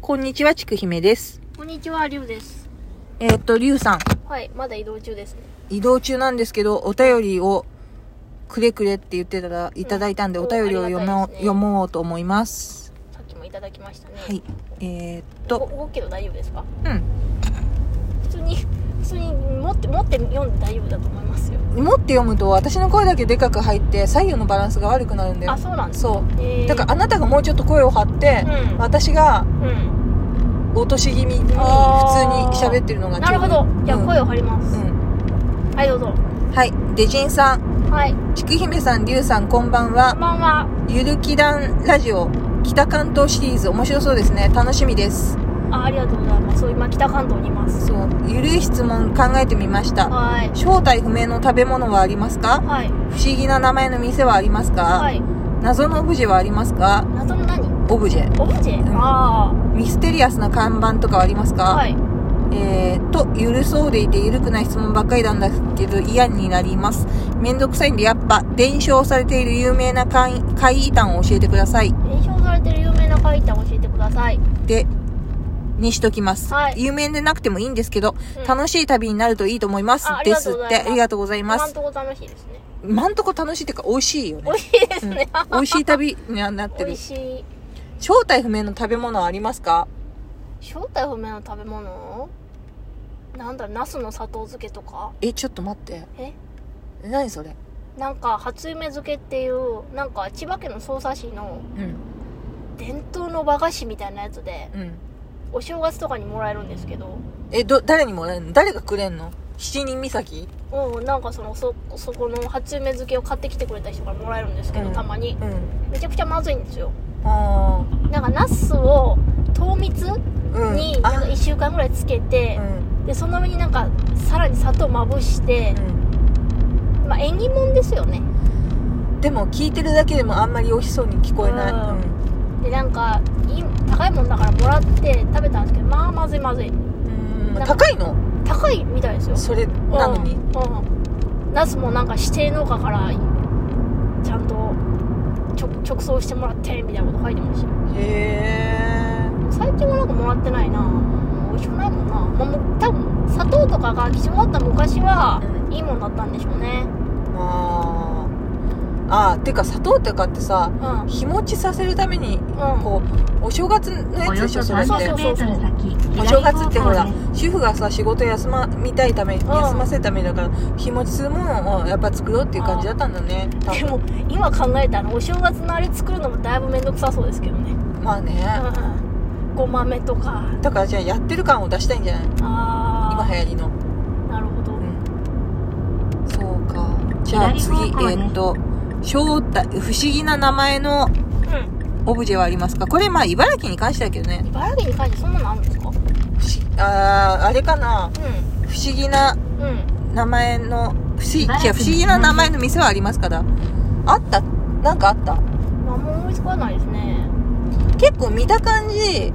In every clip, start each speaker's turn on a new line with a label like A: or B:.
A: こんにちは、ちくひめです。
B: こんにちは、りゅうです。
A: えーっと、りゅうさん、
B: はい、まだ移動中ですね。
A: 移動中なんですけど、お便りをくれくれって言ってたら、いただいたんで、
B: うん
A: お便りを
B: ありが
A: 読
B: たい
A: もう、
B: ですね
A: 読もうと思います。
B: さっきもいただきましたね。
A: はい。えーっ
B: ご。
A: と、
B: 動くけど大丈夫ですか
A: うん。
B: 普通に、普通に持って、持って読んで大丈夫だと思いますよ。
A: 持って読むと、私の声だけでかく入って、左右のバランスが悪くなるんだよ
B: あ、。そうなんです
A: そう。
B: えー
A: だから、あなたがもうちょっと声を張って、
B: うん
A: 私が
B: うん。
A: 落とし気味に普通に
B: あー
A: 喋ってるのが
B: な
A: ちょ
B: る
A: うど
B: ほど。じゃあ
A: うん
B: 声を張ります。
A: うん。
B: はい、どうぞ。
A: はい。でじんさん、
B: はい。
A: ちくひめさん、りゅうさん、こんばんは
B: こん。ばんは。
A: ゆるきだんラジオ北関東シリーズ面白そうですね楽しみです
B: あ、ありがとうございます。そう、今、北関東にいます。
A: そうゆるい質問考えてみました
B: はい。
A: 正体不明の食べ物はありますか
B: はい。
A: 不思議な名前の店はありますか、
B: はい。
A: 謎のオブジェはありますか
B: 謎の何
A: オブジェ
B: オブジェ、
A: ん
B: あ
A: ミステリアスな看板とかはあります
B: あ。
A: か、
B: はい。
A: えー、とゆるそうでいてゆるくない質問ばっかりなんだけど嫌になりますめんどくさいんでやっぱ伝承されている有名な会会異端を教えてください
B: 伝承されてる有名な書いた教えてください。
A: でにしときます、
B: はい
A: 有名でなくてもいいんですけど、
B: うん
A: 楽しい旅になるといいと思います
B: ああり
A: で
B: がと
A: す
B: うござ
A: っ
B: います
A: てありがとうございま
B: 今ん
A: す
B: とこ楽しいですね。
A: 今んとこ楽しいっていうか美味しいよ
B: 美
A: ね
B: 味しいですね。
A: 美味しい旅にはなって
B: 美
A: る
B: 味しい。
A: 正体不明の食べ物はありますか
B: 正体不明の食べ物なんだろうナスの砂糖漬けとか
A: えちょっと待って
B: え
A: 何それ
B: なんか初夢漬けっていうなんか千葉県の匝瑳市の
A: うん
B: 伝統の和菓子みたいなやつで
A: うん
B: お正月とかにもらえるんですけど
A: えど誰にもらえるの誰がくれんの七人岬
B: うんなんかそのそそこの初夢漬けを買ってきてくれた人からもらえるんですけど、
A: うん
B: たまに
A: うん
B: めちゃくちゃまずいんですよ
A: あ
B: なんかナスを糖蜜
A: あうん
B: になんか1週間ぐらいつけて
A: う、ん
B: でその上になんかさらに砂糖まぶして、まあ縁起物ですよね
A: うんでも聞いてるだけでもあんまり美味しそうに聞こえない、
B: うん
A: うん
B: でなんかいい高いもんだからもらって食べたんですけどまあまずいまずい
A: うん
B: なんか
A: 高いの
B: 高いみたいですよ
A: それなのに
B: うん、うん、ナスもなんか指定農家からちゃんと直直送してもらってみたいなこと書いてましたよ
A: へ
B: 最近はなんかもらってないな美味しくないもんな、まあ、もう多分砂糖とかが貴重だった昔は
A: う
B: いいもんだったんでしょう
A: え
B: ね
A: あーあーてか砂糖とかってさ
B: うんうん
A: 日持ちさせるために
B: うん
A: こうお正月のや
C: お
A: つ
C: よ
A: でし
C: そ
A: ょそれっ
C: 300
B: そうそう
A: て
C: メートル先、
A: お正月ってほら主婦がさ仕事休まみたいため休ませるためだから日持ちするものをやっぱ作ろうっていう感じだったんだね多
B: で
A: 分
B: も今考えたらお正月のあれ作るのもだいぶ面倒くさそうですけどね
A: まあね
B: うんごまめとか
A: だからじゃあやってる感を出したいんじゃない今
B: あ
A: 流行りの
B: あなるほど、
A: うんそうかじゃあ次
C: 左方向
A: え
C: です
A: ーっと正体不思議な名前の
B: うん、
A: オブジェはありますかこれまあ茨城に関してだけどね
B: 茨城に関してそんなのあるんですか
A: 不思議あーあれかな
B: う
A: 不思議なん
B: うん
A: 名前の不思議違う
C: 茨城
A: 不思議な名前の店はありますかだあったなんかあった
B: 何も思いつかないですね
A: 結構見た感じ
B: う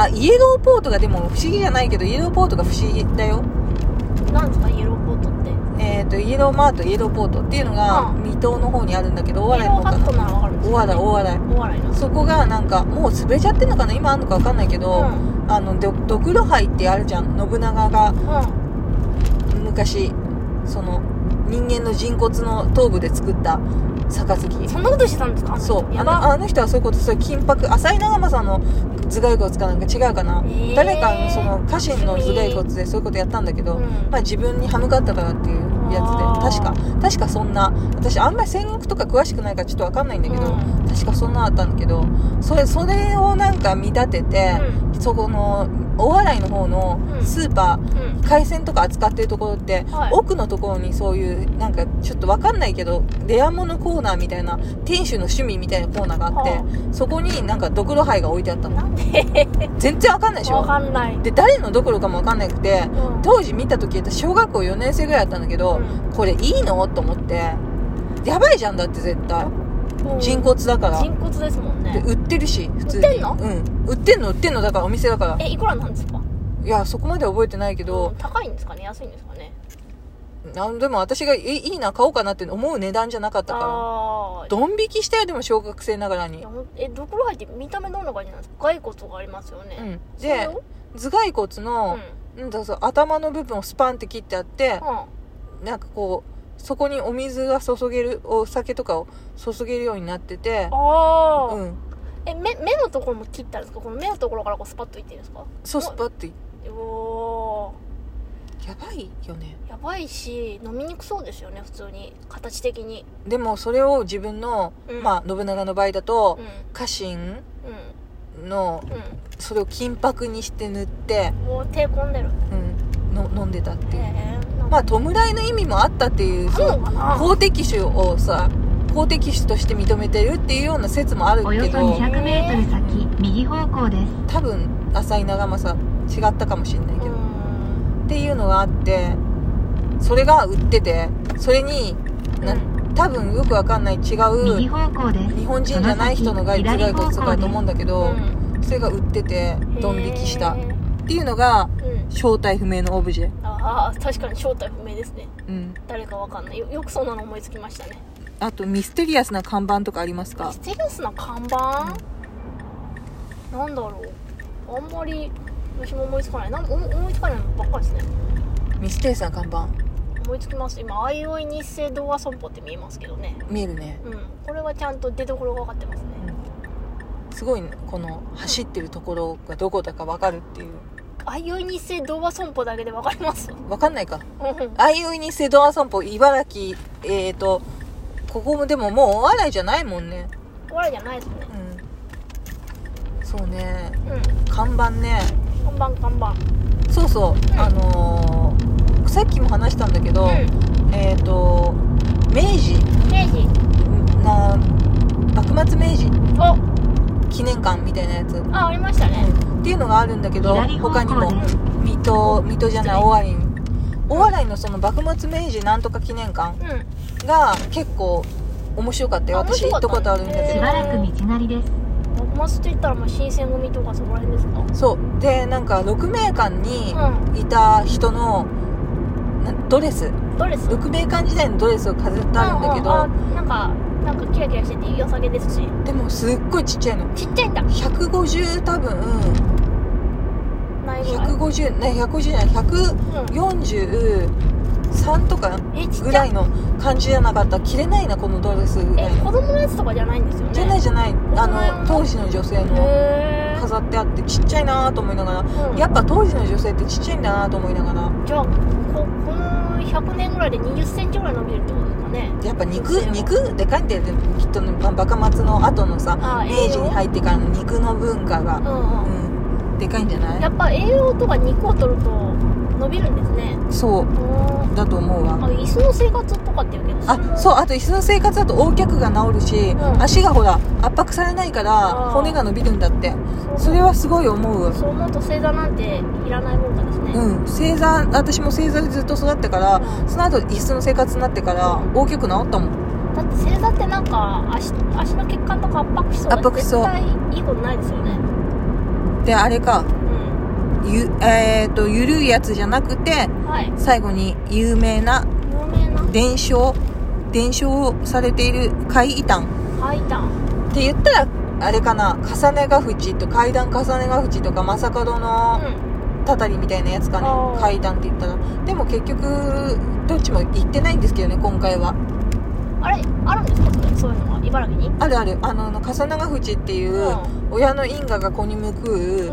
A: あイエローポートがでも不思議じゃないけどイエローポートが不思議だよ
B: んなんですかイエローポートってイエ
A: えっ、とイエローマートイエローポートっていうのが
B: うん
A: 水戸の方にあるんだけど大洗
B: ロ
A: の方
B: ーハ
A: か
B: ット
A: な
B: ならわかるんです
A: 大洗大洗
B: お笑いの
A: そこがなんかもう潰れちゃってんのかな今あるのか分かんないけど、
B: うん
A: あのドドクロ杯ってあるじゃん信長が
B: うん
A: 昔その人間の人骨の頭部で作った杯
B: そんなことしてたんですかあの人
A: そう
B: や
A: あ
B: ば
A: のあの人はそういうことそれ金箔浅井長政の頭蓋骨かなんか違うかな、
B: へー
A: 誰かのその家臣の頭蓋骨でそういうことやったんだけど、
B: うん
A: まあ、自分に歯向かったからっていうや
B: あ
A: つで確
B: ー
A: か確かそんな私あんまり戦国とか詳しくないからちょっと分かんないんだけど、
B: うん
A: 確かそんなあったんだけどそれそれをなんか見立てて、そこの大洗の方の
B: うん
A: スーパー、
B: うんうん
A: 海鮮とか扱ってるところって、
B: はい
A: 奥のところにそういうなんかちょっとわかんないけどレア物コーナーみたいな店主の趣味みたいなコーナーがあって、
B: は
A: そこになんかドクロ杯が置いてあったの
B: なんで
A: 全然わかんないでし
B: わ
A: ょ
B: かんない
A: で誰のどころかもわかんなくて
B: うん
A: 当時見た時私小学校4年生ぐらいだったんだけど、
B: う
A: これいいのと思ってやばいじゃんだって絶対
B: うん
A: 人骨だから
B: 人骨ですもん
A: で
B: ね
A: 売ってるし普通に
B: 売ってんの
A: うん売ってんの売ってんのだからお店だから
B: えいくらなんですか
A: いやそこまでは覚えてないけど、
B: うん高いんですかね安いんですかね
A: あでも私が、え、いいな、買おうかなって思う値段じゃなかったか
B: あ
A: ら。
B: ー
A: ドン引きしたよ、でも小学生ながら
B: い
A: に
B: や。ほんえドクロハイって見た目どんな感じなんですか骸骨がありますよね、
A: うん。
B: それ
A: で、
B: を
A: 頭蓋骨
B: うん
A: の、うんとそう頭の部分をスパンって切ってあって、
B: は
A: なんかこう、そこにお水が注げる、お酒とかを注げるようになってて
B: あ、あー、
A: うん。
B: え目目のところも切ったんですかこの目のところからこうスパッといってるんですか
A: そう、スパッとい、
B: お
A: やばいよね。
B: ーやばいし飲みにくそうですよね普通に形的に
A: でもそれを自分の、
B: うん
A: まあ、信長の場合だと
B: うん、
A: 家臣
B: う
A: の、
B: ん
A: それを金箔にして塗って、
B: うんもう手込んでる
A: うん、の飲んでたって
B: へ
A: いう。
B: え
A: ま
B: ま
A: あ、弔いの意味もあったっていう、
B: あ
A: そ
B: る
A: の
B: のかな
A: 公的種をさ、公的種として認めてるっていうような説もある
C: およ
A: け
C: そ
A: ど、
C: 200メートル先、右方向です。
A: 多分、浅井長政違ったかもしれないけど、
B: うん
A: っていうのがあって、それが売ってて、それに、な多分よくわかんない違う、
C: 右方向です。
A: 日本人じゃない人の外頭蓋骨とかだと思うんだけ
B: う
A: ど、
B: ん
A: それが売っててドン引きした
B: へ
A: っ
B: え
A: ていうのが
B: うん
A: 正体不明のオブジェ、
B: ああ確かに正体不明ですね
A: うん、
B: 誰かわかんないよよくそんなの思いつきましたね
A: あとミステリアスな看板とかありますか
B: ステルスな看板、なんだろうあんまり私も思いつかないなん思思いつかないのばっかりですね
A: ミステリアスな看板
B: 思いつきます今「あいおい日清童話損保」って見えますけどね
A: 見えるね
B: うんこれはちゃんと出所が分かってますね
A: すごいねこの走ってるところがどこだかわかるっていう
B: 「あいおい日清童話損保」だけで分かりますうん
A: わかんないかあいういに瀬戸川散歩茨城えっ、ー、とここもでももう大洗じゃないもんね
B: これじゃないですね
A: うんそうね
B: うん
A: 看板ね
B: 看板看板
A: そうそう、
B: うん
A: あのー、さっきも話したんだけど、
B: うん
A: えっ、ー、と明治
B: 明治
A: な幕末明治
B: お
A: 記念館みたいなやつっ
B: あありましたね
A: ていうのがあるんだけど
C: 左方
A: 他にも
C: 向です。
A: 水戸水戸じゃない大洗に大洗のその幕末明治なんとか記念館
B: うん
A: が結構面白かったよ
B: あ面
A: 私
B: 白
A: 行
B: か
A: っ
B: っ
A: たこと
B: た
A: あるんだけ
C: し
A: ど
C: ばらく道なりです。
B: 幕末といったらまあ新選組とかそこら辺ですか
A: そうでなんか鹿鳴館に
B: う
A: いた人のなドレス
B: んドレス
A: 鹿鳴館時代のドレスを飾ってあるんだけ
B: うう
A: ど
B: あなんかなんかキラキラしてて良さげですし
A: でもすっごいちっちゃいの
B: ちっちゃいんだ
A: 150多分
B: ないぐらい、
A: 150ね150じゃない100
B: う
A: 43とか
B: ん、えちっ
A: ぐ
B: ちゃ
A: ら
B: い
A: いの感じじゃなかった着れないなこのドレスぐ
B: え
A: らい
B: 子
A: の
B: 供のやつとかじゃないんですよね
A: じゃないじゃないあ
B: うん
A: の当時の女性の
B: へ
A: 飾ってあってちっちゃいなと思いなが
B: え、うん
A: らやっぱ当時の女性ってちっちゃいんだなと思いながら
B: じゃあここの100年ぐらいで2 0ンチぐらい伸びてるってことですかね
A: やっぱ肉
B: 女性は
A: 肉でかいんだよねきっとねば幕末の後のさ
B: ああ
A: 明治に入ってからの肉の文化が
B: う、ん
A: う
B: うん
A: ん、でかいんじゃな
B: や
A: い
B: っぱ栄養とか肉を取ると伸びるんですね
A: そう
B: うーん
A: だと思う
B: あ
A: わ
B: 椅子の生活とかって言うけど
A: あそうあと椅子の生活だと横脚が治るし、
B: うん
A: 足がほら圧迫されないから
B: ああ
A: 骨が伸びるんだって
B: う
A: それはすごい思う
B: そう思うと正座なんていらないもんかですね、
A: うん正座私も正座でずっと育ってからその後椅子の生活になってから大きく治ったもん
B: だって正座ってなんか足足の血管とか圧迫しそうで
A: 圧迫しそう
B: 絶対いいことないですよね
A: であれか
B: うん
A: ゆえっ、とゆるいやつじゃなくて
B: はい
A: 最後に有名な
B: 有名な
A: 伝承伝承されている階段
B: ハイタン
A: って言ったらあれかな重ねが淵と階段重ねが淵とか正門
B: う
A: の
B: ん
A: たたりみたいなやつかね、
B: あー
A: 階段って言ったらでも結局どっちも行ってないんですけどね今回は
B: あれあるんですかそれそういうのは茨城に
A: あるあるあの重なが淵っていう、
B: う
A: 親の因果が子に報
B: う
A: う、
B: ん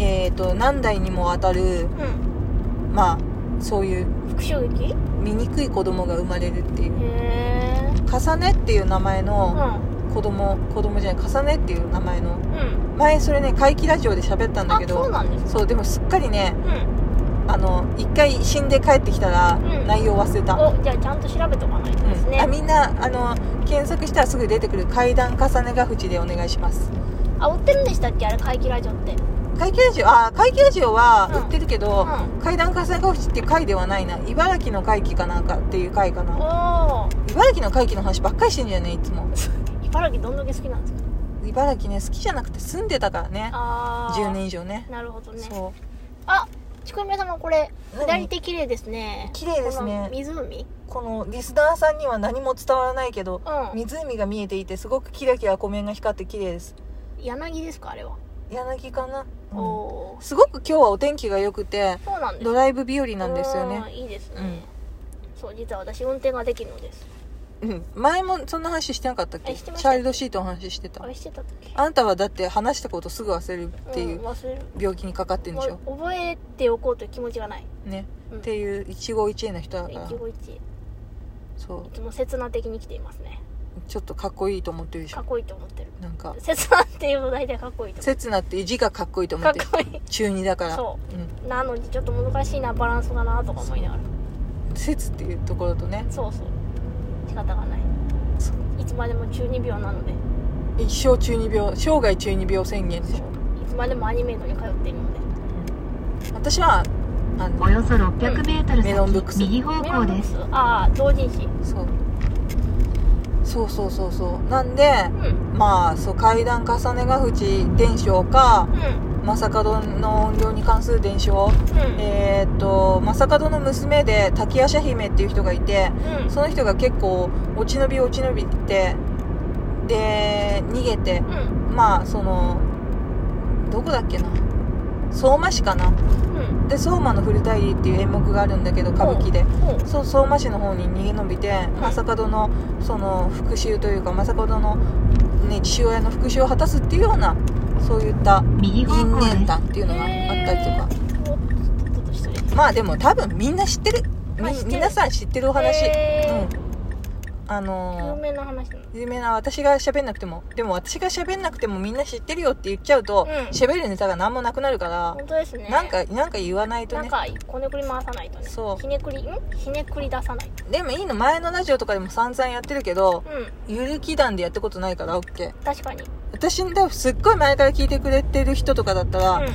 A: えー、と何代にもわたる
B: うん
A: まあそういう
B: 復讐劇へ
A: 醜い子供が生まれるっていう
B: え
A: 重ねっていう名前
B: う
A: の
B: ん
A: 子供子供じゃない重ねっていう名前の
B: うん
A: 前それね怪奇ラジオで喋ったんだ
B: あ
A: けど
B: そうなんです
A: そうでもすっかりね
B: うん
A: あの一回死んで帰ってきたら
B: ん
A: 内容忘れた、
B: おじゃあちゃんと調べとかないとです
A: あ
B: ね
A: みんなあの検索したらすぐ出てくる階段重ねが淵でお願いします
B: あ売ってるんでしたっけあれ怪奇ラジオって
A: 怪奇ラジオあ怪奇ラジオは
B: うん
A: 売ってるけど、
B: う
A: 階段重ねが淵っていう回ではないな茨城の回帰かなんかっていう回か
B: お
A: な
B: お
A: 茨城の回帰の話ばっかりしてんじゃねいつも
B: 茨城どんだけ好きなんですか
A: 茨城ね好きじゃなくて住んでたからね
B: ああ
A: 10年以上ね
B: なるほどね
A: そ
B: あちくみさんこれ
A: 何
B: 左手綺麗ですね
A: 綺麗ですね
B: この湖
A: このリスナーさんには何も伝わらないけど、
B: うん
A: 湖が見えていてすごくキラキラ湖面が光って綺麗です
B: 柳ですかあれは、
A: 柳かな、うん
B: おお
A: すごく今日はお天気が良くて
B: そうなんです
A: ドライブ日和なんですよ
B: うん
A: ね
B: いいですね、
A: うん
B: そう実は私運転ができるのです
A: うん前もそんな話してなかったっけ
B: えしてました
A: チャイルドシートの話してた
B: あれしてたっけ、
A: あなたはだって話したことすぐ忘れるっていうん
B: 忘れる
A: 病気にかかってるんでしょ、
B: もう覚えておこうという気持ちがない
A: ね、
B: うん
A: っていう一期一会な人だから
B: 一期一会い
A: そう
B: つも刹那的に生きていますね
A: ちょっとかっこいいと思ってるでし
B: かっ
A: ょ
B: こいいと思ってる
A: なんか
B: 刹那っていうの大体かっこいいと思
A: 刹那っていう字がかっこいいと
B: う
A: 思
B: か
A: っ
B: って
A: る
B: こいい
A: 中二だから
B: そ
A: うん
B: なのにちょっと難しいなバランスがなとか思いながら
A: 節っていうところとね
B: そうそう仕方がない
A: そう
B: いつまでも中二病なので
A: 一生中二病生涯中二病宣言で
B: そう
A: しょ
B: いつまでもアニメートに通っているので
A: 私はあの
C: およそ600メートル
A: メロンブックス
C: 先、右方
B: メロ
C: 向
B: ンブッ
C: で
B: ク
C: す
B: ス。ああ同人誌
A: そうそうそうそうそうなんで
B: うんうん
A: まあそう階段重ねが淵伝承か正門の音量に関する伝承
B: うん
A: えーっと正門の娘で滝夜叉姫っていう人がいて
B: うん
A: その人が結構落ち延び落ち延びってで逃げて
B: うん
A: まあそのどこだっけな相馬市かな
B: うん
A: で相馬の古大理っていう演目があるんだけど歌舞伎で
B: ほう
A: そう相馬市の方に逃げ延びて正門のその復讐というか正門の、ね、父親の復讐を果たすっていうようなそういった
C: 右
A: 因
C: 方向で
A: 縁
C: す。
A: 談っていうのがあったりとか、
B: おっとっと失礼
A: まあでも多分みんな知ってる
B: まあ知って
A: み
B: る
A: 皆さん知ってるお話、
B: へ
A: うん、あのー
B: 有名な話なの
A: 有名な私が喋んなくてもでも私が喋んなくてもみんな知ってるよって言っちゃうと
B: うん
A: 喋、るネタが何もなくなるから、
B: 本当ですね
A: なんかなんか言わないと
B: なん
A: ね
B: かこねくり回さないとね
A: そう
B: ひねくりんひねくり出さない
A: でもいいの前のラジオとかでも散々やってるけど
B: うん
A: ゆるき団でやったことないから OK
B: 確かに
A: 私に多分すっごい前から聞いてくれてる人とかだったら、
B: うん